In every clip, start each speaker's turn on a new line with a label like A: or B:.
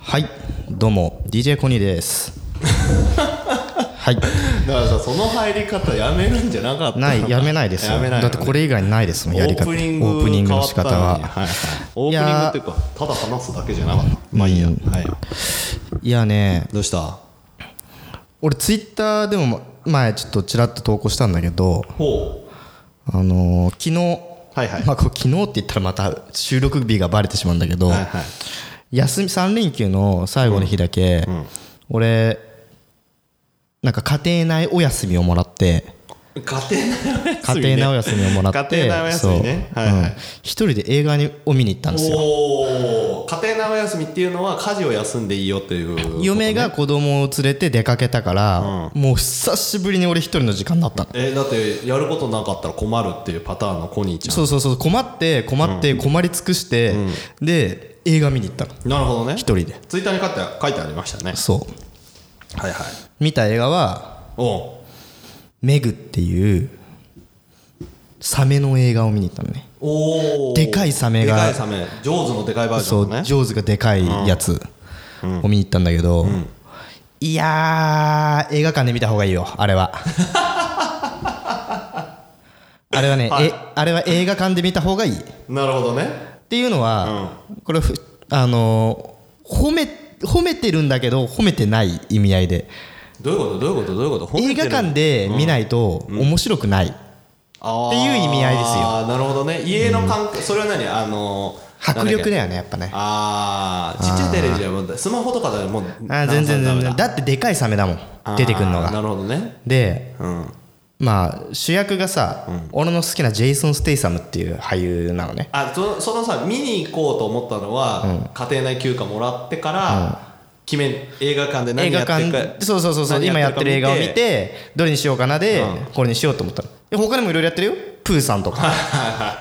A: はいどうも DJ コニーです はい
B: だからさその入り方やめるんじゃなかった
A: ないやめないですよ
B: やめない
A: だってこれ以外ないですもんやり方
B: オープニング
A: オープニングの仕方
B: 変わ
A: は
B: ったのにはいはい、オープニングっていうかただ話すだけじゃなかった
A: まあいいや
B: はい
A: いやね
B: どうした
A: 俺ツイッターでも前ちょっとちらっと投稿したんだけど
B: ほう
A: あのー昨日
B: はいはい
A: まあ、これ昨日って言ったらまた収録日がバレてしまうんだけど、
B: はいはい
A: 休み3連休の最後の日だけ、俺なんか家庭内お休みをもらって
B: 家庭内お
A: 家
B: 休みね
A: 庭内お休みをもらって
B: 家庭内お休みね
A: そう
B: はいはい
A: うん一人で映画にを見に行ったんですよ
B: おお家庭内お休みっていうのは家事を休んでいいよっていう
A: 嫁が子供を連れて出かけたから、もう久しぶりに俺一人の時間だったの
B: えだってやることなかったら困るっていうパターンのコニーちゃ
A: そうそうそう困って困って困り尽くして、で映画見に行ったの
B: んなるほどね
A: 一人で
B: ツイッターに書いてあ書いてありましたね
A: そう
B: はいはい
A: 見た映画は
B: おう
A: 「メグ」っていうサメの映画を見に行ったのね
B: おお
A: でかいサメが
B: でかいサメジョーズのでかいバージ
A: そ
B: ョ
A: う
B: ンのね
A: ジョーズがでかいやつを見に行ったんだけど、いやー映画館で見た方がいいよあれ はあれはね、えあれは映画館で見た方がいいっ
B: なるほどね
A: ていうのは、これふあのー褒め褒めてるんだけど褒めてない意味合いで
B: どういうことどういうことどういうこと
A: 映画館
B: っ
A: で見ないと面白くない、
B: て
A: っていう意味合いですよ
B: あーなるほどね家の感覚、それは何あのー
A: 迫力
B: なんだっけ
A: だよねやっぱねあ
B: ああちっちゃいテレビじゃもうスマホとかでもう
A: ー全然
B: ダ
A: 全
B: メ
A: 然
B: だ
A: だってでかいサメだもん出てくるの
B: あーな
A: が
B: るほどね
A: で
B: うん
A: まあ主役がさ、俺の好きなジェイソン・ステイサムっていう俳優なのね
B: あそのそのさ見に行こうと思ったのは、家庭内休暇もらってから、決め映画館で
A: 映
B: 何や
A: 画
B: ってるか
A: 館そうそうそうそう
B: 何
A: 今やってる映画を見
B: か
A: てどれにしようかなで、
B: うん
A: これにしようと思ったので他にもいろいろやってるよプーさんとか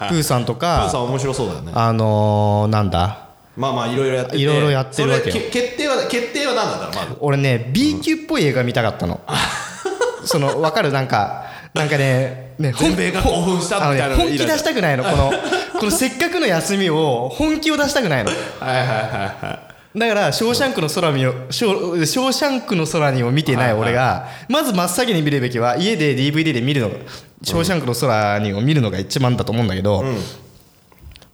A: プーさんと
B: プーさ
A: か
B: ん面白そうだよね
A: あのー、なんだ
B: まあまあいろいろやってて
A: いろいろやってるわけよ
B: それけ決定は決定は何なんだろうまず
A: 俺ね B 級っぽい映画見たかったの、 その分かるなんかなんかねね
B: 全米が興奮した
A: あの
B: み
A: ね
B: たいな
A: 本気出したくないのこのこのせっかくの休みを本気を出したくないの
B: はいはいはいは
A: だから「ショーシャンクの空に」を「ショーショーシャンクの空に」を見てない俺がまず真っ先に見るべきは家で DVD で見るの「ショーシャンクの空に」を見るのが一番だと思うんだけど、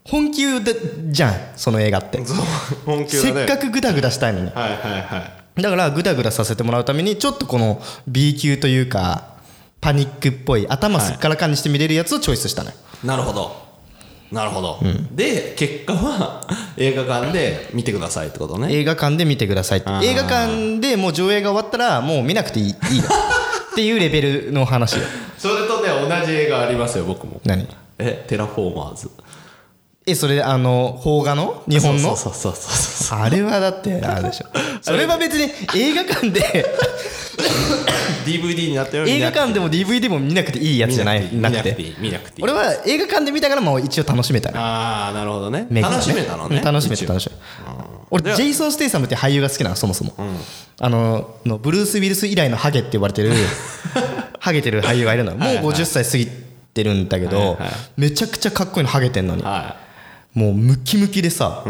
A: 本気でじゃんその映画って
B: いそう本気
A: せ
B: だね
A: っかくグダグダしたいのに
B: はいはいはい
A: だからグダグダさせてもらうためにちょっとこの B 級というかパニックっぽい頭すっからかんにして見れるやつをチョイスしたのよ
B: なるほどなるほど、で結果は映画館で見てくださいってことね
A: 映画館で見てくださいって
B: あー
A: 映画館でもう上映が終わったらもう見なくて いいいいよっていうレベルの話よ
B: それとね同じ映画ありますよ僕も
A: 何
B: えテラフォーマーズ
A: えそれあの邦画の日本の
B: そうそうそうそうそう
A: あれはだってあれでし ょそれは別に映画館で
B: DVD になったように
A: 映画館でも DVD も見なくていいやつじゃない
B: 見な
A: な
B: く
A: く
B: てい
A: て
B: い見なくていい見なくていい
A: 俺は映画館で見たからもう一応楽しめたね
B: ああなるほどね
A: メグ
B: 楽しめたの
A: う
B: ね
A: ん楽しめた
B: 一応
A: 楽しめた俺ジェイソン・ステイサムって俳優が好きなのそもそも、あののブルース・ウィルス以来のハゲって呼ばれ てるハゲてる俳優がいるのもう50歳過ぎてるんだけど、
B: はいはい
A: めちゃくちゃかっこいいのハゲてんのに
B: は
A: もうムキムキでさ、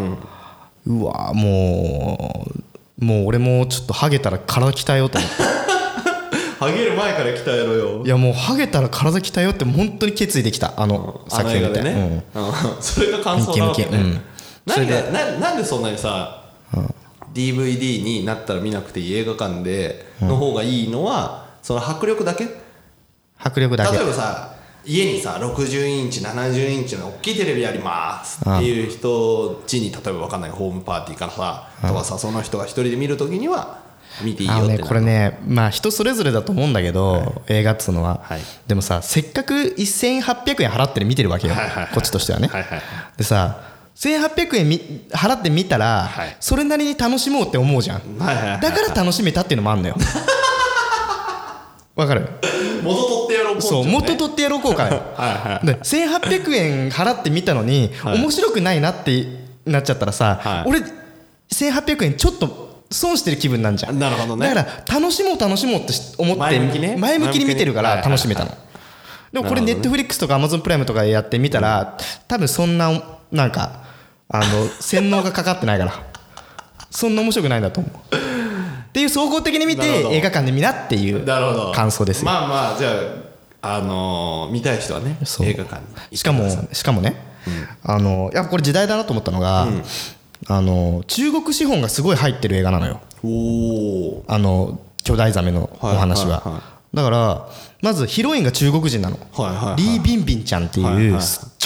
A: うわーもうもう俺もちょっとハゲたら体鍛えようと思って
B: いハゲる前から鍛えろよ
A: いやもうハゲたら体鍛えようって本当に決意できたあの
B: あ
A: 作
B: の
A: 品
B: 映画
A: 見て、
B: でね、うん それが感想なわけ
A: ムキムキう
B: ね
A: ん
B: なんでななんでそんなにさ、DVD になったら見なくていい映画館での方がいいのは、その迫力だけ例
A: うん迫力だけ
B: えばさ家にさ60インチ70インチの大きいテレビありますっていう人家に例えば分かんないホームパーティーからさ、とかさその人が一人で見るときには見ていいよっ
A: あ
B: て
A: の
B: な
A: ね
B: る
A: これねまあ人それぞれだと思うんだけど、映画っつうのは、
B: はい
A: でもさせっかく1800円払ってる見てるわけよ、
B: はいはいはい
A: こっちとしてはね、
B: はいはいはい
A: でさ1800円み払ってみたら、
B: はい
A: それなりに楽しもうって思うじゃん
B: はいはいはい
A: だから楽しめたっていうのもあん のよわかる
B: 元取ってやろう
A: そう元取ってやろう効果だよ
B: はいは
A: で1800円払ってみたのに、
B: い
A: 面白くないなってなっちゃったらさ、
B: はい
A: 俺1800円ちょっと損してる気分なんじゃん
B: なるほどね
A: だから楽しもう楽しもうってし思って
B: 前向きね
A: 前向きに見てるから楽しめたの、でもこれ
B: な
A: ネッ
B: る
A: ト
B: ほど
A: フリックスとかアマゾンプライムとかやってみたら、多分そんななんかあの 洗脳がかかってないからそんな面白くないんだと思うっていう総合的に見
B: なるほ
A: て
B: ど
A: 映画館で見なっていう
B: なるほど
A: 感想ですよ
B: まあまあじゃあ、あのー見たい人はね
A: そう
B: 映画館に行ってください
A: しかもしかもね、あのやっぱこれ時代だなと思ったのが、あの中国資本がすごい入ってる映画なのよ
B: おお
A: あの巨大ザメのお
B: はい
A: 話は,、
B: はいは
A: だからまずヒロインが中国人なの、
B: はいはいはい
A: リー・ビンビンちゃんっていう、
B: はいはいはい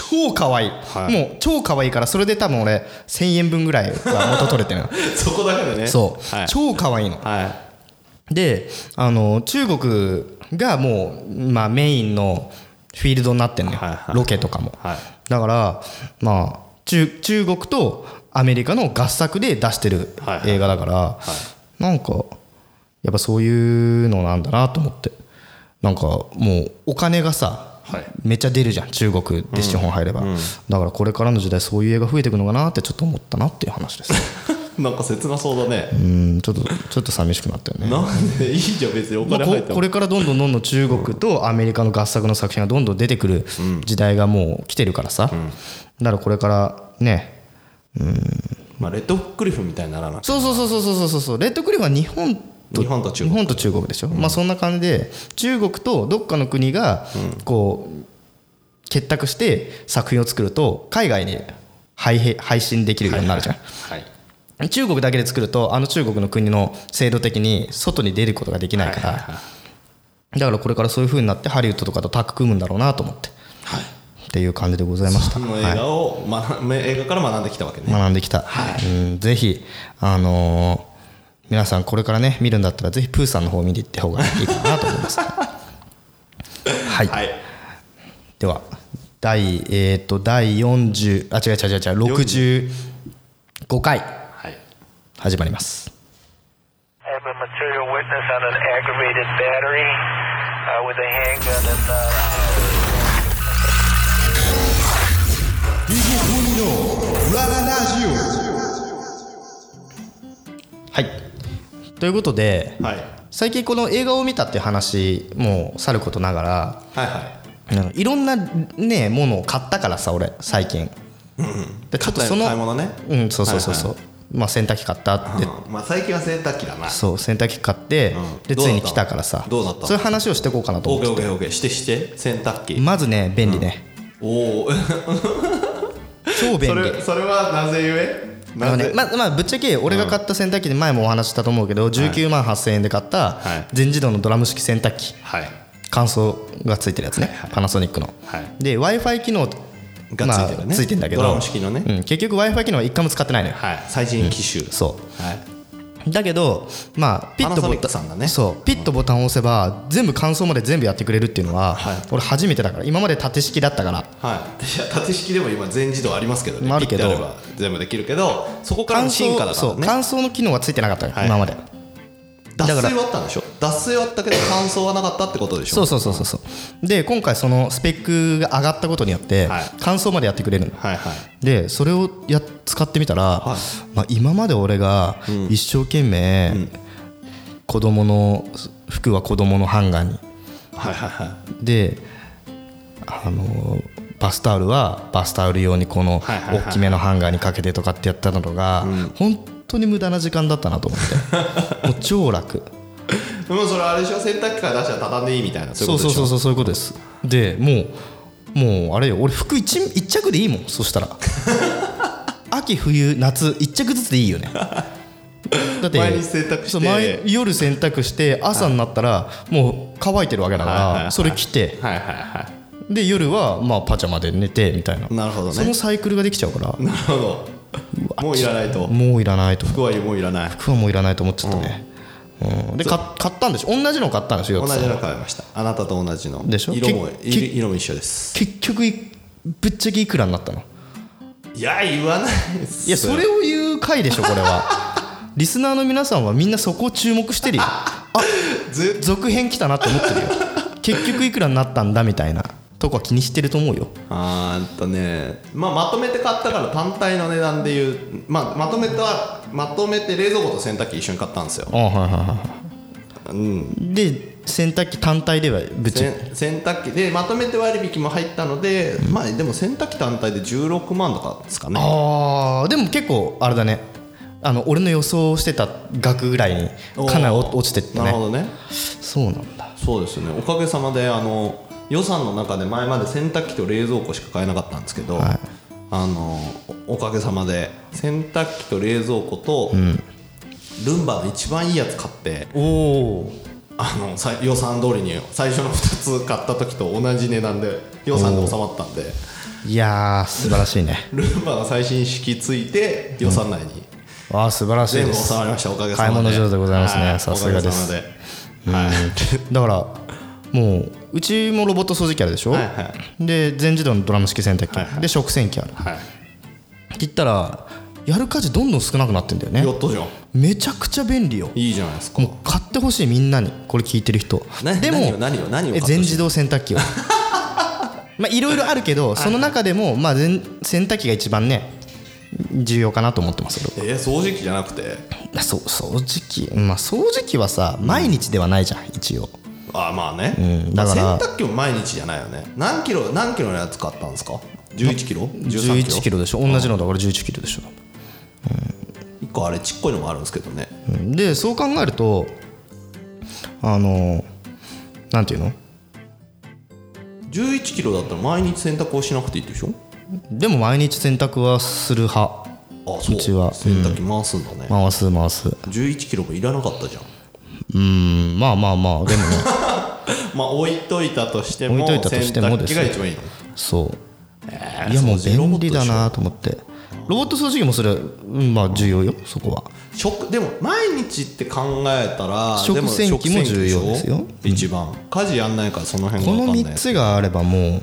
A: 超可愛い、
B: はい
A: もう超可愛いからそれで多分俺1000円分ぐらいが元取れて るの
B: そこだからね
A: そう、
B: はい、
A: 超可愛いの
B: は
A: であの中国がもう、まあ、メインのフィールドになってんのよ、
B: はいはい
A: ロケとかも
B: いはい
A: だからまあ中中国とアメリカの合作で出してる
B: はいはい
A: 映画だから、なんかやっぱそういうのなんだなと思ってなんかもうお金がさ、
B: はい
A: めっちゃ出るじゃん中国で資本入れば、だからこれからの時代そういう映画増えていくのかなってちょっと思ったなっていう話です
B: なんか切なそうだね、
A: うんちょっとちょっと寂しくなったよね
B: なんでいいじゃん別にお
A: まあ
B: 金
A: こ
B: 入って
A: こ
B: も、
A: れからどんどんどんどん中国とアメリカの合作の作品がどんどん出てくる時代がもう来てるからさ、だからこれからね
B: まあ、レッドクリフみたいにならなくて
A: そうそうそうそうそうそうそうレッドクリフは日本と
B: 日本と中
A: 日
B: 国
A: 本と中国でしょ、まあそんな感じで中国とどっかの国がこう結託して作品を作ると海外に配へ配信できるようになるじゃん、
B: はい
A: 中国だけで作るとあの中国の国の制度的に外に出ることができないから、だからこれからそういう風になってハリウッドとかとタッグ組むんだろうなと思って、っていう感じでございました
B: その映画を、学ん映画から学んできたわけね、
A: 学んできた、うん、ぜひあのー皆さんこれからね見るんだったらぜひプーさんの方を見に行った方がいいかなと思い ますはい、
B: はい
A: では第えっ、と第40あ違う違う違う違う65回
B: はい
A: 始まります
C: I have a material witness on an aggravated battery uh, with a handgun and. Uh
D: DJ トミーの裏ララジオ
A: はいということで、
B: はい
A: 最近この映画を見たっていう話もさることながら
B: はいはい
A: あのいろんなねものを買ったからさ俺最近、でちょっとその
B: 買い物ね
A: うんそうそうそうそう、まあ洗濯機買ったって、
B: うんまあ最近は洗濯機だな
A: そう洗濯機買って、
B: うん
A: で
B: ど
A: つ
B: うだった
A: いに来たからさ
B: どうだった
A: そういう話をしていこうかなと思
B: オー
A: っ
B: ケ
A: て
B: ーオーケーオーケーしてして洗濯機、
A: まずね便利ね、
B: おお
A: 超便
B: そ
A: 利
B: れそれはなぜゆえ
A: あの
B: な
A: ね
B: ぜ、
A: ままあ、ぶっちゃけ俺が買った洗濯機で前もお話ししたと思うけど19万8000円で買った
B: はい
A: 全自動のドラム式洗濯機
B: はい
A: 乾燥がついてるやつね、パナソニックの、
B: はい
A: で w i f i 機能
B: がついてるね
A: まあ、ついてんだけど
B: ドラム式のね
A: うん、結局 w i f i 機能は一回も使ってないのよ、
B: はい最新機種、
A: そ
B: はい、
A: うだけどまあピッと
B: パナソ
A: ボ
B: ニック
A: タ
B: さ
A: ン
B: んだね
A: そうピッとボタンを押せば全部乾燥まで全部やってくれるっていうのは、
B: はい
A: 俺初めてだから今まで縦式だったから
B: はい、いや縦式でも今全自動ありますけどね
A: まああるけど
B: ピッてやれば全部できるけどそこから
A: 乾
B: の
A: 燥
B: 進化だか
A: そ
B: ら
A: う
B: ね
A: 乾燥の機能はついてなかったのよ、
B: はい
A: 今まで
B: 脱
A: だから
B: 水はあったんでしょ脱水はあったけど乾燥はなかったってことでしょ
A: そうそうそうそうそうで今回そのスペックが上がったことによって、
B: はい
A: 乾燥までやってくれるの
B: はいはい
A: でそれをやっ使ってみたら、まあ、今まで俺が一生懸命、子供の服は子供のハンガーに
B: はいはいはい
A: であのバスタオルはバスタオル用にこの
B: はいはいはい
A: 大きめのハンガーにかけてとかってやったのが、本当に無駄な時間だったなと思って もう超楽
B: でもそれあれでしょ洗濯機から出したら畳んでいいみたいなそうい
A: そうう
B: こと
A: そうそ
B: でしょ
A: うそうそういうことですでもうもうあれよ俺服 1, 一着でいいもんそしたら 秋冬夏1着ずつでいいよねだって
B: 毎日洗濯して
A: そう毎夜洗濯して朝になったらもう乾いてるわけだ
B: はいはい
A: か
B: は
A: ら
B: い
A: それ着て
B: はいはいは
A: で夜はまあパジャマで寝てみたいな
B: なるほどね
A: そのサイクルができちゃうから
B: いなるほどもういらないと
A: もういらないと
B: 服はもういらない
A: 服はもういらないと思っちゃったね、うんでか買ったんでしょ同じの買ったんでしょ
B: 同
A: 岩田さん
B: じの買いましたあなたと同じの
A: でしょ
B: 色も
A: きき
B: 色色も一緒です
A: 結局いぶっちゃけいくらになったの
B: いや言わないです
A: いやそれを言う回で しょこれはリスナーの皆さんはみんなそこを注目してるよあ
B: ず
A: 続編来たなって思ってるよ結局いくらになったんだみたいなとこは気にしてると思うよ
B: あーっとね、まあ、まとめて買ったから単体の値段でいう、まあ、まとめたまとめて冷蔵庫と洗濯機一緒に買ったんですよ
A: あ、はいはいは
B: うん、
A: いで洗濯機単体ではぶっちゃけ
B: せん洗濯機でまとめて割引も入ったので、まあでも洗濯機単体で16万とかですかね
A: ああでも結構あれだねあの俺の予想してた額ぐらいにかなり落落ちてって
B: なるほ
A: ね
B: どね
A: そうなんだ
B: そうですねおかげさまであの予算の中で前まで洗濯機と冷蔵庫しか買えなかったんですけど、
A: はい
B: あのおおかげさまで洗濯機と冷蔵庫と、ルンバの一番いいやつ買って
A: おお
B: あのさ予算通りに最初の2つ買った時と同じ値段で予算で収まったんで
A: いやー素晴らしいね
B: ルンバの最新式ついて予算内に
A: あー素晴らしい
B: 全
A: で
B: 部
A: す
B: 収まりましたおかげさまで
A: 買い物上手でございますね
B: は
A: さすがです
B: おかげさまではい
A: だからもううちもロボット掃除機あるでしょ、
B: はいは
A: で全自動のドラム式洗濯機、
B: はいはい
A: で食洗機あるって
B: はい
A: 言ったらやる家事どんどん少なくなってんだよ
B: や
A: ね
B: っとじゃん
A: めちゃくちゃ便利よ
B: いいじゃないですか
A: もう買ってほしいみんなにこれ聞いてる人
B: 何
A: でも
B: 何を何を何を
A: え
B: 買ってほしい
A: 全自動洗濯機を まあいろいろあるけどその中でもまあ全洗濯機が一番ね重要かなと思ってますけど
B: えー掃除機じゃなくて
A: そう掃除機まあ掃除機はさ毎日ではないじゃん一応
B: あーまあね、
A: うんだから
B: まあ洗濯機も毎日じゃないよね何キロ何キロのやつ買ったんですか11キロ13
A: 11キロでしょ同じのだから11キロでしょ
B: 1個あれちっこいのもあるんですけどね
A: うんでそう考えるとあのなんていうの
B: 11キロだったら毎日洗濯をしなくていいでしょ
A: でも毎日洗濯はする派
B: あそう
A: うちは
B: 洗濯機回すんだね、
A: 回す回すう
B: 11キロもいらなかったじゃん
A: ーんまあまあまあでもね
B: まあ置いといたとしても
A: 置いといたとしても
B: 洗濯機が一番いいの
A: そう
B: ー
A: いやもう
B: 掃除ロボ
A: 便
B: ットで
A: 利
B: しょ
A: だなと思ってロボット掃除機もそれ、うんまあ重要よそこは
B: 食でも毎日って考えたら
A: 食
B: でも
A: 洗機も重要ですよ
B: 食洗機でしょ一番家事やんないからその辺が
A: こ
B: 分
A: の
B: かんな
A: 3
B: い
A: つがあればも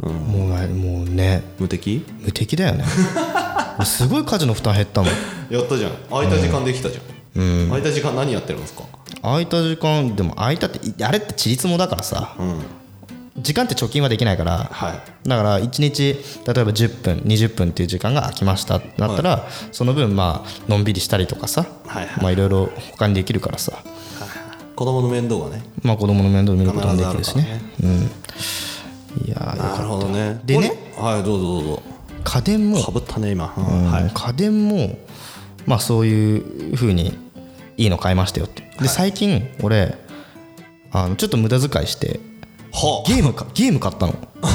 A: う、もうなもうね
B: 無敵
A: 無敵だよね 俺すごい家事の負担減ったもん
B: やったじゃん空いた時間できたじゃん、空いた時間何やってるんですか
A: 空いた時間でも空いたっていあれってちりつもだからさ、時間って貯金はできないから、
B: はい
A: だから1日例えば10分20分っていう時間が空きましたってなったら、その分まあのんびりしたりとかさ、
B: はいはい
A: まあいろいろ他にできるからさ、
B: 子供の面倒がね
A: まあ、子供の面倒を見る
B: 必
A: こ
B: ず
A: ともで
B: あ
A: き
B: る
A: る
B: か
A: し
B: ら
A: ね
B: ね
A: いやーよ
B: なる
A: かっ
B: ほどね
A: でね
B: これはいどうぞどうぞ
A: た家電も
B: かぶったね今、うん
A: うん
B: はい
A: 家電もまあそういうふうにいいの買いましたよってで最近俺あのちょっと無駄遣いして
B: は
A: ゲームかゲーム買ったの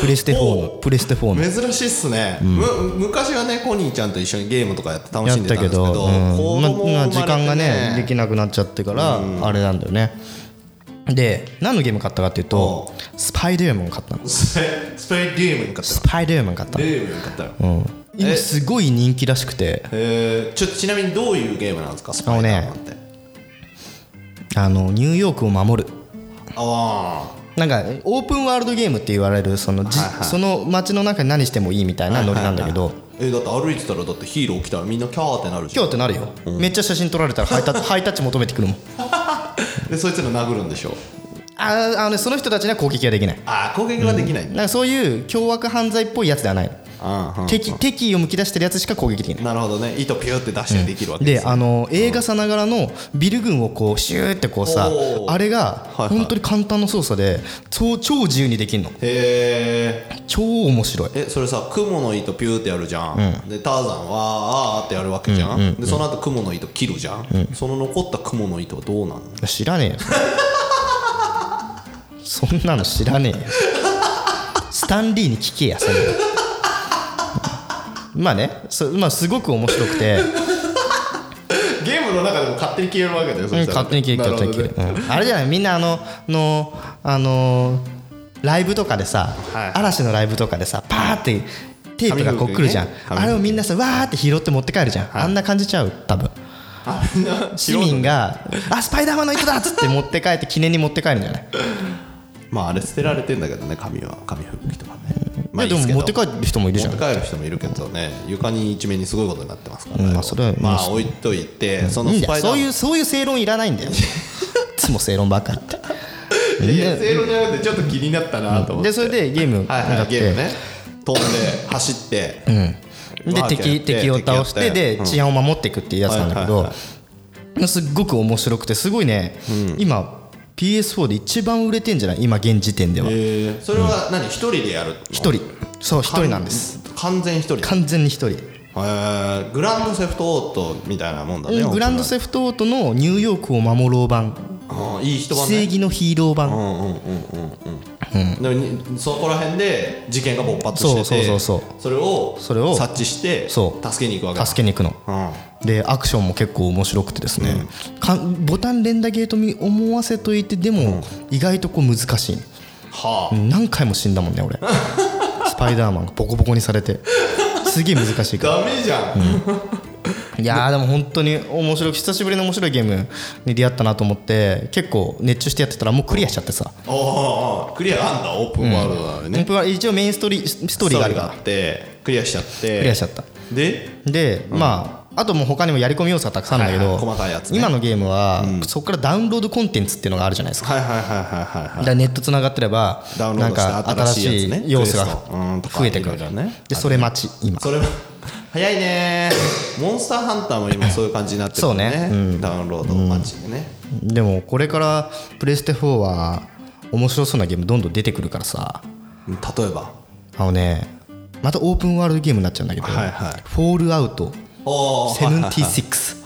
A: プレステ4のプレステ4の
B: あ珍しいっすね、む昔はねコニーちゃんと一緒にゲームとかやって楽
A: や
B: し
A: っ
B: んで
A: た
B: たん
A: け
B: です
A: ど
B: けど
A: うん
B: 子
A: ま
B: 供
A: まあ
B: 生
A: 時
B: まれて
A: 間がねできなくなっちゃってからあれなんだよねで何のゲーム買ったかっていうとスパイデーマン買ったの
B: スペスペイデームに買った
A: スパイデーマン買った
B: デ
A: の
B: ームに買ったよ、
A: 今すごい人気らしくて
B: えー、ちょちなみにどういうゲームなんですかスパイダーマンって
A: あのニューヨークを守る
B: あ
A: なんかオープンワールドゲームって言われるそのじその街の中に何してもいいみたいなノリなんだけど
B: あえだって歩いてたらだってヒーロー来たらみんなキャーってなるじゃ
A: 今
B: ん
A: 日ってなるよめっちゃ写真撮られたらハイ タッチハイタッチ求めてくるもん
B: でそいつら殴るんでしょ
A: あーあのねその人たちには攻撃ができない
B: ああ攻撃ができないんだ、
A: なんかそういう凶悪犯罪っぽいやつではない
B: うんうん
A: 敵敵意をむき出してるやつしか攻撃できない
B: なるほどね糸ピューって出してできるわけで、
A: ですあの映画さながらのビル群をこうシューってこうさ
B: おー
A: あれが
B: はいはい
A: 本当に簡単な操作で超超自由にできるの
B: へー
A: 超面白い
B: えそれさ蜘蛛の糸ピューってやるじゃん、でターザンはあーあーってやるわけじゃん,、でその後蜘蛛の糸切るじゃん、その残った蜘蛛の糸はどうなんの
A: 知らねえよそんそんなの知らねえよスタンリーに聞けやそんなのまあねそ、まあ、すごく面白く て
B: ゲームの中でも勝手に消えるわけだよそ
A: うん
B: したら
A: 勝手に消え
B: なるほど
A: 勝手
B: ね
A: に消えうんあれじゃないみんなあののあのライブとかでさ、
B: はい
A: 嵐のライブとかでさパーってテープがこう
B: 紙吹
A: 来
B: 雪ね
A: るじゃん、
B: 紙
A: あれをみんなさわーって拾って持って帰るじゃん、あんな感じちゃう多分
B: あみんな
A: 市民が「あスパイダーマンの糸だ!」っつって持って帰って記念に持って帰るんじゃない
B: まああれ捨てられてんだけどね紙は紙吹雪とかねまあ
A: いや
B: いいすけ
A: でも持
B: ど
A: って帰る人もいるじゃん
B: 持って帰る人もいるけどね床に一面にすごいことになってますから、
A: うんまあそれは
B: ま
A: ま
B: あ
A: あ
B: 置いといてその
A: いいん
B: ス
A: だよ
B: パイダ
A: そ
B: ーマ
A: う
B: ン
A: いうそういう正論いらないんだよい つも正論ばっかりって
B: いや正論じゃなくてちょっと気になったなと思って、
A: でそれでゲーム
B: はい
A: や
B: は
A: っ
B: い、
A: て
B: ゲームね飛んで走って、
A: で
B: ワーキャーや
A: 敵
B: って
A: 敵を倒して
B: 敵やって
A: で治安を守っていくっていうやつなんだけ
B: はい
A: ど
B: はい
A: すっごく面白くてすごいね今 PS4 で一番売れてんじゃない今現時点では
B: え
A: 一
B: ーそれは何一人でやる
A: 人そう一人なんです
B: 完全一人
A: 完全に一人
B: えー、グランドセフトオートみたいなもんだね、
A: うんグランドセフトオートのニューヨークを守ろう版
B: フトいい人番
A: 正
B: ね
A: 義のヒーロー版
B: うんうんうんうんうん、でもにそこら辺で事件が勃発してて
A: そうそうそう
B: それを
A: それを
B: 察知して
A: そう
B: 助けに行くわけだ
A: 助けに行くの
B: うん、
A: でアクションも結構面白くてですね、かボタン連打ゲートに思わせといてでも意外とこう難しい
B: はあ、
A: 何回も死んだもんね 俺スパイダーマンがボコボコにされてすげえ難しい から
B: ダメじゃん、
A: いやーでも本当に面白い久しぶりの面白いゲームに出会ったなと思って結構熱中してやってたらもうクリアしちゃってさ、
B: おーおーおークリアがあんだオープンワールドなのでね、
A: 僕は一応メインストーリーストーリーがあるから
B: ってクリアしちゃって
A: クリアしちゃった
B: で
A: で、まああともう他にもやり込み要素がたくさんあるんだけど、
B: はいはい細かいやつね
A: 今のゲームは、そこからダウンロードコンテンツっていうのがあるじゃないですか
B: はいはいはいはいはい
A: だからネットつながってれば
B: ダウンロードして
A: なんか新
B: 新しい
A: し
B: やつね
A: い要素が
B: クエストうんとか
A: 増えてく
B: い
A: る
B: ろいろね
A: でそれ待ち今
B: それは早いねモンスターハンターも今そういう感じになってるもんね
A: そうね
B: ダウンロードマッチでね、
A: でもこれからプレステ4は面白そうなゲームどんどん出てくるからさ
B: 例えば
A: あのねまたオープンワールドゲームになっちゃうんだけど「
B: はいはい
A: フォールアウト
B: おーはいはいはい
A: 76」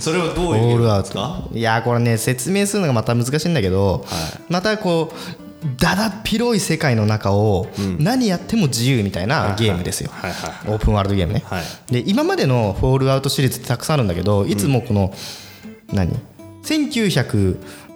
B: それはど
A: フォ
B: ういうゲ
A: ー
B: ーム
A: ル
B: な
A: ア
B: ん
A: ウ
B: ですか
A: トいやーこれね説明するのがまた難しいんだけど、またこうだだっ広い世界の中を何やっても自由みたいなゲームですよ
B: はいはい
A: オープンワールドゲームね、
B: はい
A: で今までの「フォールアウト」シリーズってたくさんあるんだけどいつもこの、何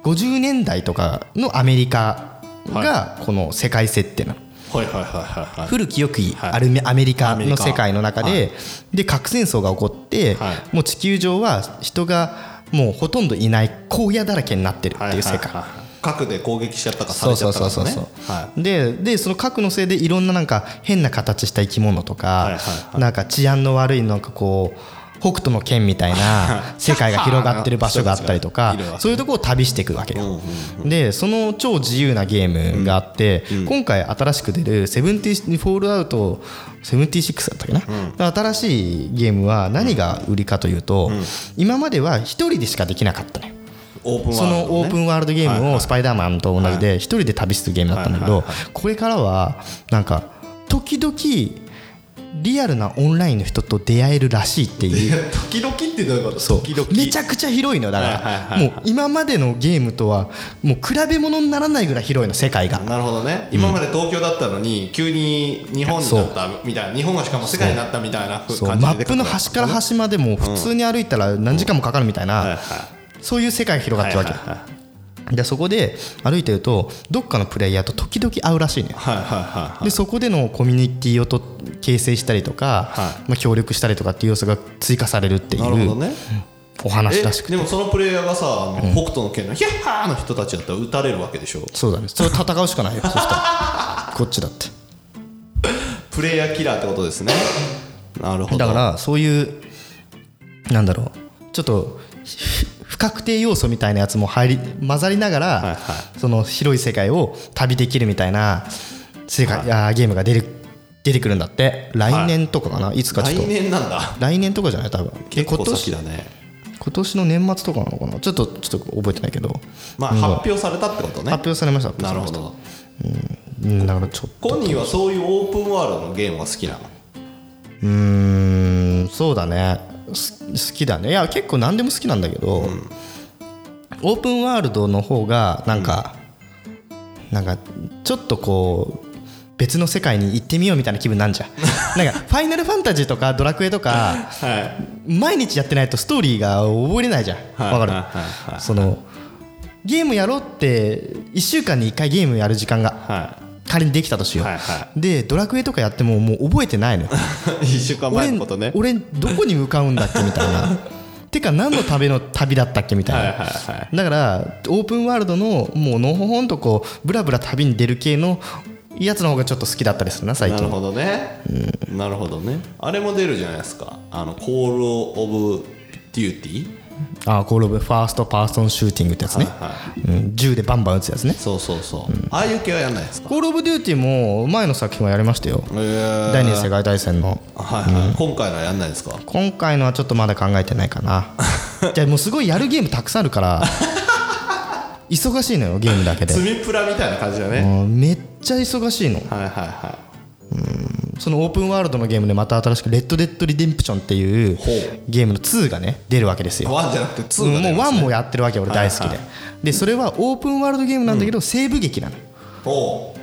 A: 1950年代とかのアメリカがこの世界設定なの、
B: はいはいはいはいはい
A: 古き良き
B: はい
A: アルメアメリカ
B: アメリ
A: の
B: カ
A: 世界の中で,、
B: は
A: で核戦争が起こって、
B: はい
A: もう地球上は人がもうほとんどいない荒野だらけになってるっていう世界。
B: ははは核で攻撃しちゃったかさ
A: そう
B: れち
A: そ
B: ゃ
A: う
B: った
A: そう
B: か
A: そう
B: とかね
A: そう、
B: は
A: ででその核のせいでいろんななんか変な形した生き物とか、
B: いはいは
A: なんか治安の悪いなんかこう北斗の剣みたいな 世界が広がってる場所があったりとか
B: 人たちがいるわけね
A: そういうとこを旅していくわけよ、でその超自由なゲームがあって、今回新しく出る「セブンティフォールアウト76」だったっけな、新しいゲームは何が売りかというと、今までは一人でしかできなかったのよ
B: オープンワールド、ね、
A: そのオープンワールドゲー
B: はい
A: ム
B: は
A: を
B: い
A: スパイダーマンと同じで一人で旅するゲームだったんだけどこれからはなんか時々リアルなオンラインの人と出会えるらしいって
B: い
A: いう
B: や時々ってどういうこと
A: そう
B: 時々
A: めちゃくちゃ広いのだから
B: はいはいはい
A: もう今までのゲームとはもう比べ物にならないぐらい広いの世界が
B: なるほどね今まで東京だったのに、急に日本になったみたいな日本がしかも世界になったみたいな感じで
A: そうマップの端から端までもう普通に歩いたら何時間もかかるみたい
B: はい
A: な
B: は
A: そういう世界が広がってるわけでそこで歩いてるとどっかのプレイヤーと時々会うらしいのよ
B: いはいはい
A: でそこでのコミュニティをと形成したりとか、
B: は
A: まあ、協力したりとかっていう要素が追加されるってい
B: なる
A: う
B: ほどね
A: お話らしく
B: えでもそのプレイヤーがさあの、北斗の拳の「ヒャッハー!」の人たちだったら撃たれるわけでしょ
A: そうだねそれ戦うしか ないよそしたらこっちだって
B: プレイヤーキラーってことですねなるほど
A: だからそういうなんだろうちょっとひ不確定要素みたいなやつも入り混ざりながら、
B: はいは
A: その広い世界を旅できるみたいな世界、あーゲームが出る出てくるんだって来年とかかな、い、つかちょっと
B: 来年なんだ
A: 来年とかじゃない多分で
B: 結構
A: 今年
B: 先だね
A: 今年の年末とかなのかなちょっとちょっと覚えてないけど、
B: まあ
A: うん
B: 発表されたってことね
A: 発表されました
B: なるほど
A: うんだからちょっと
B: コニーはそういうオープンワールドのゲームが好きなの
A: うーんそうだねす好きだねいや結構何でも好きなんだけど、オープンワールドの方がなんか、なんかちょっとこう別の世界に行ってみようみたいな気分なんじ ゃんなんか「ファイナルファンタジー」とか「ドラクエ」とか
B: はい
A: 毎日やってないとストーリーが覚えれないじゃん
B: はい
A: わか
B: はいはいは
A: るそのゲームやろうって1週間に1回ゲームやる時間が
B: は
A: 仮にできたとしよう、
B: はいは
A: でドラクエとかやってももう覚えてない の
B: い一週間前
A: 俺
B: のことね
A: 俺どこに向かうんだっけみたい なてか何のための旅だったっけみたいな、
B: はいはいは
A: だからオープンワールドのもうのほほんとこうブラブラ旅に出る系のやつの方がちょっと好きだったりするな最
B: なる
A: 近
B: ほどね、なるほどねあれも出るじゃないですかあのコール・オブ・デューティー
A: あコール・オブ・ファースト・パーソン・シューティングってやつね、うん、銃でバンバン撃つやつね
B: そうそうそう、ああいう系はやんないですか
A: コール・オブ・デューティーも前の作品はやりましたよ、
B: えー
A: 第二次世界大戦の
B: はいはい、今回のはやんないですか
A: 今回のはちょっとまだ考えてないか なじゃあもうすごいやるゲームたくさんあるから忙しいのよゲームだけで
B: 積みプラみたいな感じだね、
A: うんめっちゃ忙しいの
B: はいはいはい
A: そのオープンワールドのゲームでまた新しく「レッド・デッド・リデンプション」っていう
B: ほう
A: ゲームの2がね出るわけですよ
B: ワンじゃなくてツ
A: うん
B: ーが
A: も
B: 出
A: う
B: ま
A: ワ
B: す
A: ン
B: ね
A: もやってるわけよ俺大好きで、
B: はいはい
A: でそれはオープンワールドゲームなんだけど、西部劇なのよ
B: おう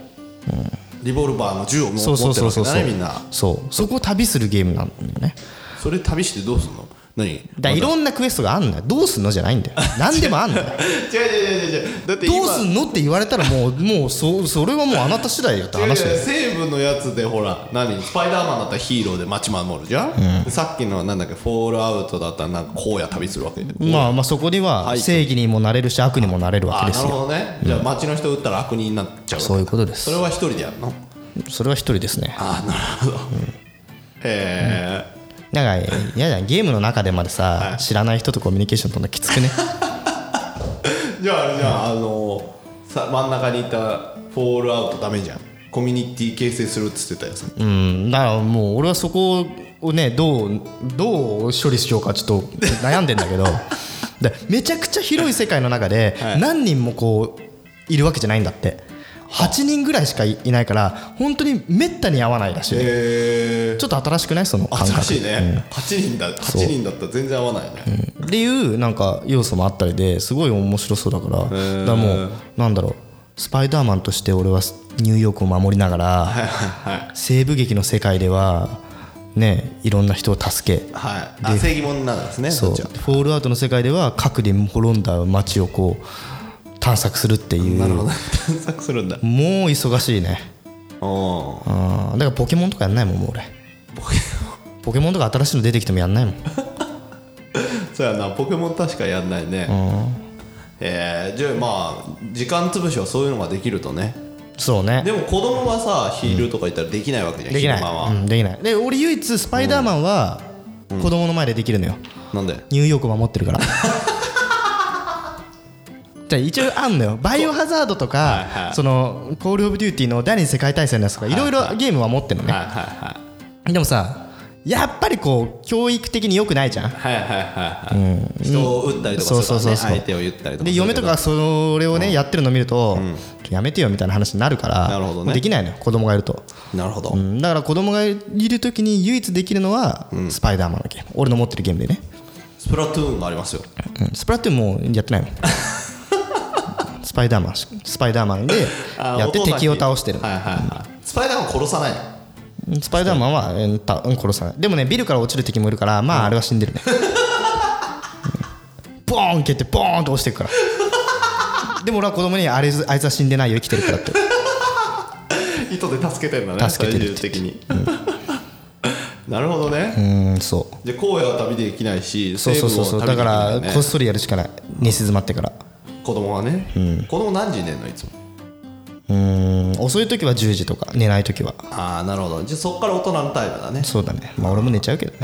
B: リボルバーの銃をも
A: そう
B: 持
A: そう
B: って
A: そ
B: る
A: う
B: わ
A: そ
B: け
A: うそ
B: だね
A: う
B: みんな
A: そうそこを旅するゲームなんだよね
B: それ旅してどうすんの 何
A: だからいろんなクエストがあんのよどうすんのじゃないんだ よ何でもあんのよ
B: 違う違う違う違うだって今
A: どうすんのって言われたらもう もうそそれはもうあなた次第よって
B: いやいや
A: 話だよ
B: 西部のやつでほら何スパイダーマンだったらヒーローで街守るじゃん、さっきのなんだっけフォールアウトだったらなんか荒野旅するわけで
A: まあまあそこでは
B: はい
A: 正義にもなれるし悪にもなれるわ
B: あ
A: け
B: な
A: で
B: る
A: すよ
B: ほどね、じゃあ街の人撃ったら悪人になっちゃう
A: そういうことです
B: それは一人でやるの
A: それは一人ですね
B: あなるほど、へえ、
A: なんか嫌じゃんゲームの中でまでさ知らない人とコミュニケーション取るのきつくね
B: じゃああれじゃんあのさ真ん中にいたフォールアウトダメじゃんコミュニティ形成するっつってたやつ
A: うんだからもう俺はそこをねどうどう処理しようかちょっと 悩んでんだけどでめちゃくちゃ広い世界の中で
B: はい
A: 何人もこういるわけじゃないんだって8人ぐらいしかいいないから本当にめったに合わないらしいち
B: へえ
A: ょっと新しくないその感
B: 新
A: 覚
B: しいね、八8人だ八
A: う
B: 人だったら全然合わないね、
A: っていうなんか要素もあったりですごい面白そうだからだからもうなんだろうスパイダーマンとして俺はニューヨークを守りながら西部劇の世界ではねいろんな人を助け
B: はいあ正義者なんですね
A: そ
B: そうっ
A: フ
B: ちは
A: ォールアウトの世界では核で滅んだ街をこう探索するっていう
B: なるほ
A: も
B: ど探索するんだ
A: う忙しいね
B: おー
A: あーだからポケモンとかやんないもんもう 俺ポケモンとか新しいの出てきてもやんないもん
B: そうやなポケモン確かやんないねえーじゃあまあ時間潰しはそういうのができるとね
A: そうね
B: でも子供はさヒールとかいったらできないわけじゃん、
A: できな、
B: 昼間はい
A: うん、できないで俺唯一スパイダーマンは子供の前でできるのよ、
B: なんで
A: ニューヨーク守ってるから じゃあ一応あんのよバイオハザードとか、
B: はいはい
A: そのコール・オブ・デューティーの第二次世界大戦のやつとか、いろいろゲームは持ってるのね、
B: はいは
A: でもさやっぱりこう教育的に良くないじゃん
B: いはいはいはいはいはい、人を撃ったりとかする
A: そ
B: から、ね、
A: うそうそうそう
B: 相手を言ったりとか
A: です
B: るけ
A: 嫁
B: ど
A: とかそれをね、やってるの見ると、やめてよみたいな話になるから
B: なるほどね
A: もうできないのよ子供がいると、
B: なるほど、
A: うん、だから子供がいる時に唯一できるのは、スパイダーマンのゲーム俺の持ってるゲームでね、
B: スプラトゥーンがありますよ
A: うんスプラトゥーンもうやって ないもんスパイダーマンしスパイダーマンで
B: あー
A: やって
B: お父さん
A: 敵を倒してる
B: はいはいはいスパイダーマン殺さないの
A: スパイダーマンはえーたうん殺さないでもねビルから落ちる敵もいるからまああれは死んで るねうんボーン蹴ってボーンと落ちてくからでも俺は子供にあれあいつは死んでないよ生きてるからって
B: 糸で助けてんだね
A: 助けてるって
B: 最終的に、 なるほどね、
A: うんそう
B: で荒野は旅できないし
A: そうそうそうそう
B: 西
A: だ
B: 部も旅で
A: か
B: きない
A: ら
B: よね
A: こっそりやるしかない寝静まってから
B: 子供はね、子供何時に寝るのいつも
A: うん遅い時は10時とか寝ない時は
B: ああなるほどじゃあそっから大人のタイムだね
A: そうだねまあ俺も寝ちゃうけど ね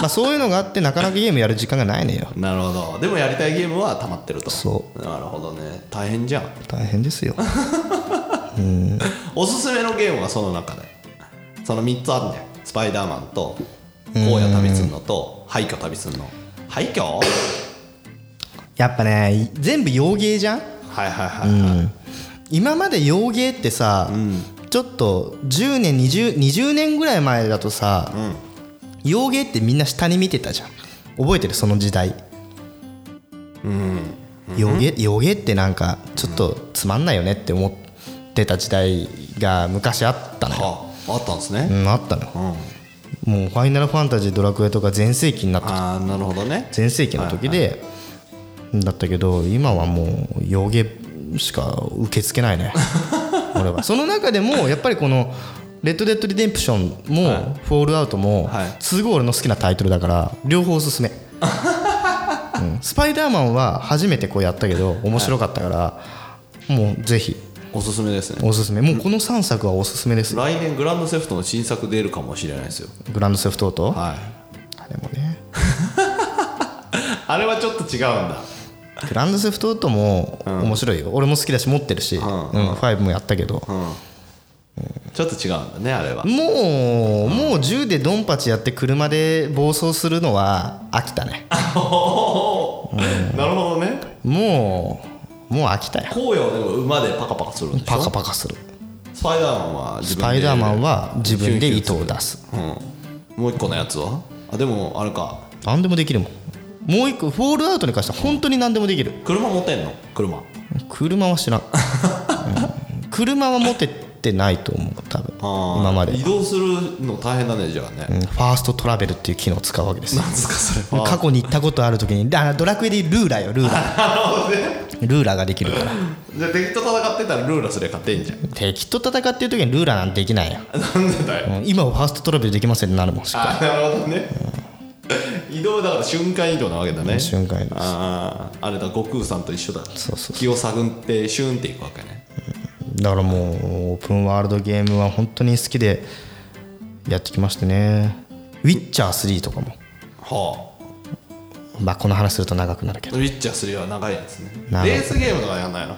A: まあそういうのがあってなかなかゲームやる時間がないのよ
B: なるほどでもやりたいゲームは溜まってると
A: そう
B: なるほどね大変じゃん
A: 大変です よ
B: おすすめのゲームはその中でその3つあるじゃんスパイダーマンと荒野旅するのと廃墟旅するの廃墟はい
A: やっぱね全部洋芸じゃん
B: はいはいはい、
A: 今まで洋芸ってさ、ちょっと10年 20, 20年ぐらい前だとさ、洋芸ってみんな下に見てたじゃん覚えてるその時代うん洋芸洋芸ってなんかちょっとつまんないよねって思ってた時代が昔あったのよ
B: ああったんですね、
A: うんあったの、もう「ファイナルファンタジードラクエ」とか全盛期になった
B: ああなるほどね
A: 全盛期の時で、だったけど今はもう洋芸しか受け付けない ね俺はその中でもやっぱりこの「レッド・デッド・リデンプション」も「フォールアウト」も
B: はい
A: すごい俺の好きなタイトルだから両方おす すめ、うんスパイダーマンは初めてこうやったけど面白かったから、もうぜひ
B: おすすめですね
A: おすすめもうこの3作はおすすめです
B: 来年グランドセフトの新作出るかもしれないですよ
A: グランドセフトオートあ
B: はい
A: れもね
B: あれはちょっと違うんだ
A: グランドセフトオートも面白いよ、俺も好きだし持ってるし、うん
B: ん
A: 5もやったけど、
B: ちょっと違うんだねあれは
A: もうもう銃でドンパチやって車で暴走するのは飽きたね
B: なるほどね
A: もうもう飽きたよ
B: 荒野はでも馬でパカパカするんでしょ
A: パカパカする
B: スパイダーマンは自
A: ス
B: 分で
A: パイダーマンは自分で糸を出す
B: うんもう一個のやつはあでもあれか
A: 何でもできるもんもう一個フォールアウトに関しては本当に何でもできる
B: 車持てんの車
A: 車は知 らん、うん車は持ててないと思う多分
B: あー
A: 今までは
B: 移動するの大変だねじゃあ
A: う
B: ね
A: んファーストトラベルっていう機能を使うわけですよ
B: なんですかそれは
A: 過去に行ったことある時にあドラクエでいうルーラーよルー ラールーラーができるから
B: じゃあ敵と戦ってたらルーラスで勝 てんじゃん
A: 敵と戦ってる時にルーラーなんてできないよ
B: なんでだよ
A: うん今はファーストトラベルできませんってなるもん
B: あなるほどね移動だから瞬間移動なわけだね
A: 瞬間移動です
B: あああれだ悟空さんと一緒だ
A: そうそう
B: 気を探ってシュンっていくわけね
A: だからもうオープンワールドゲームは本当に好きでやってきましてねウィッチャー3とかも
B: はあ
A: まあこの話すると長くなるけ
B: ウ
A: ど
B: ィッチャー3は長いですね
A: 長い
B: レースゲームとかやんないの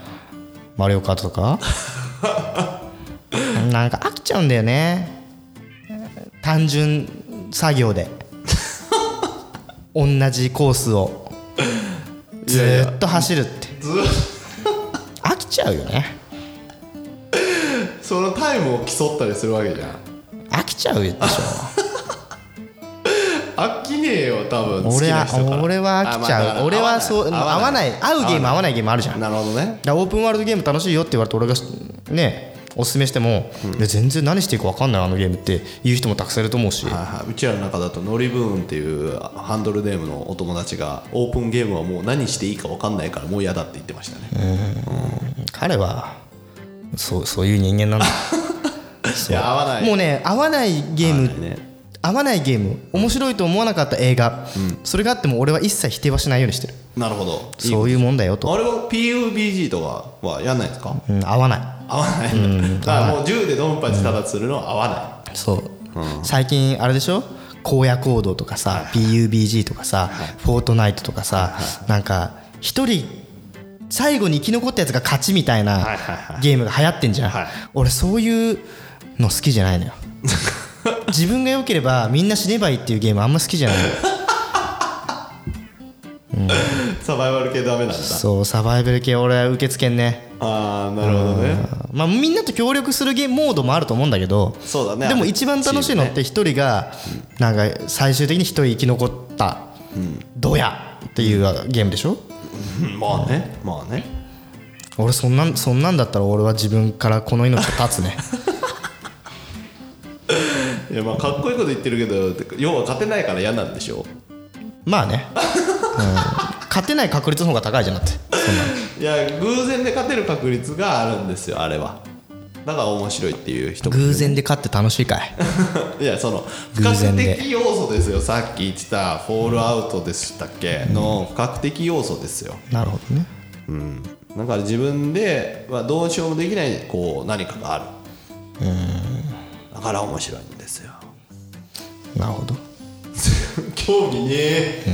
A: マリオカートと かなんか飽きちゃうんだよね単純作業 で同じコースをずーっと走るって飽きちゃうよね
B: そのタイムを競ったりするわけじゃん
A: 飽きちゃうでしょ
B: 飽きねえよ多分好き
A: 俺
B: な
A: は
B: 人から
A: 俺は飽きち
B: あまあだか
A: ゃ
B: ら
A: う俺はそう合わない合うゲーム合わないゲームあるじゃん
B: なるほどね
A: だからオープンワールドゲーム楽しいよって言われて俺がねおすすめしても、いや全然何していいか分かんないあのゲームって言う人もたくさんいると思うし、
B: はいはいうちらの中だとノリブーンっていうハンドルネームのお友達がオープンゲームはもう何していいか分かんないからもう嫌だって言ってましたね
A: 彼はそうそういう人間 なんだ
B: いや合わない
A: もうね合わないゲーム
B: ね
A: 合わないゲーム面白いと思わなかった映画、それがあっても俺は一切否定はしないようにしてる
B: なるほど
A: そういうもんだよと、
B: あれは PUBG とかはやんないですか
A: うん、合わない
B: 合わないだからもう銃でドンパチただするのは合わ な
A: そう、最近あれでしょ荒野行動とかさ PUBG とかさ、フォートナイトとかさ、なんか一人最後に生き残ったやつが勝ちみたいな
B: はいはいは
A: ゲームが流行ってんじゃん、
B: はい
A: 俺そういうの好きじゃ ないのよ自分が良ければみんな死ねばいいっていうゲームあんま好きじゃないのよ
B: いサバイバル系ダメなんだ
A: そうサバイバル系俺は受け付けんね
B: ああなるほどね
A: まあ、みんなと協力するゲームモードもあると思うんだけど
B: そうだね
A: でも一番楽しいのって一人がなんか最終的に一人生き残ったドヤっていうゲームでしょ
B: うんまあねまあね
A: 俺そんなんそんなんだったら俺は自分からこの命を絶つ ね
B: いやまあかっこいいこと言ってるけど要は勝てないから嫌なんでしょ
A: まあね、うん勝てない確率の方が高いじゃなくてそんなの
B: いや偶然で勝てる確率があるんですよあれはだから面白いっていう人もいる
A: 偶然で勝って楽しいか い
B: いやその不
A: 偶然
B: 確
A: で
B: 的要素ですよさっき言ってた「フォールアウト」でしたっけの不確的要素ですよ
A: なるほどね
B: だから自分ではどうしようもできないこう何かがあるだから面白いんですよ
A: なるほど
B: 興味ねえ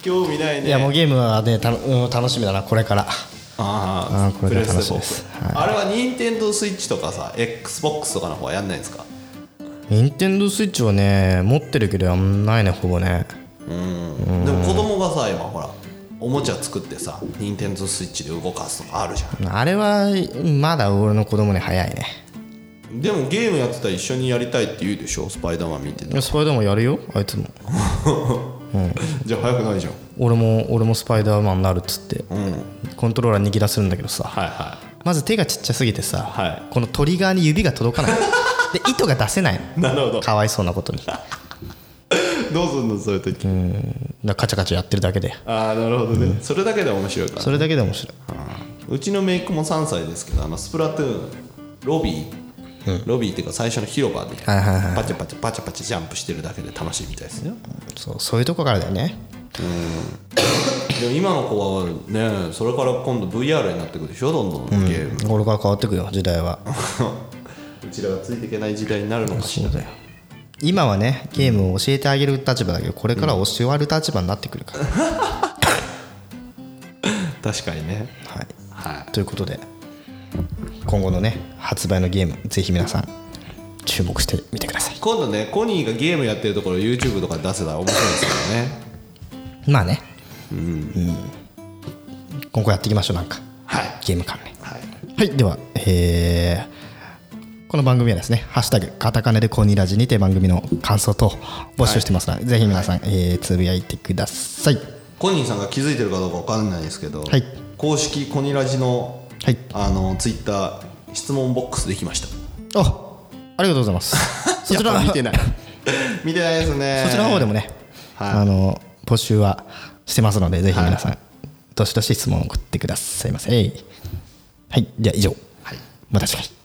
B: 興味ないね
A: いやもうゲームはねたのうん楽しみだなこれから
B: あ
A: あ
B: あ
A: ーこれが楽しみで
B: ボック
A: す
B: スあれは任天堂スイッチとかさ XBOX とかの方はやんないんですか
A: 任天堂スイッチはね持ってるけどやんないねほぼね
B: でも子供がさ今ほらおもちゃ作ってさ任天堂スイッチで動かすとかあるじゃん
A: あれはまだ俺の子供に早いね
B: でもゲームやってたら一緒にやりたいって言うでしょスパイダーマン見てた
A: スパイダーマンやるよあいつも
B: じゃあ早くないじゃん
A: 俺も俺もスパイダーマンになるっつって、コントローラー握らせるんだけどさ、
B: はいは
A: まず手がちっちゃすぎてさ、
B: はい
A: このトリガーに指が届かないで糸が出せないの
B: なるほど
A: かわいそうなことにだか
B: どうすんのそういう時
A: らカチャカチャやってるだけで
B: ああなるほどね、それだけで面白いから
A: それだけで面白いう
B: ちの姪っ子も3歳ですけどあのスプラトゥーンロビー、ロビーっていうか最初の広場で
A: はいはいはい
B: パチャパチャパチャパチャジャンプしてるだけで楽しいみたいですよ
A: そうそういうとこからだよね
B: でも今の子はねそれから今度 VR になってくるでしょどんどんゲーム、
A: これから変わってくよ時代は
B: うちらがついていけない時代になるのかし
A: そ
B: ら
A: うだよ今はねゲームを教えてあげる立場だけどこれからは教わる立場になってくるから、
B: 確かにね
A: はい
B: は
A: ということで今後のね発売のゲームぜひ皆さん注目してみてください
B: 今度ねコニーがゲームやってるところ YouTube とかで出せたら面白いですけどね
A: まあねうん、今後やっていきましょうなんか
B: はい
A: ゲーム関連
B: はい
A: はいではえーこの番組はですね、ハッシュタグ、カタカナでコニラジにて番組の感想等募集してますので、ぜひ皆さん、えーつぶやいてください。
B: コニーさんが気づいてるかどうかわかんないですけど、
A: はい
B: 公式コニラジの、
A: はい
B: あのツイッター質問ボックスできました
A: あ、ありがとうご ざいます。そちら
B: やっぱ見て
A: そ
B: ない見てないですね
A: ちらの方でもね、
B: はい
A: あの募集はしてますので、ぜひ皆さん、どしどし質問を送ってくださいませ。はい、じゃあ以上、また次回。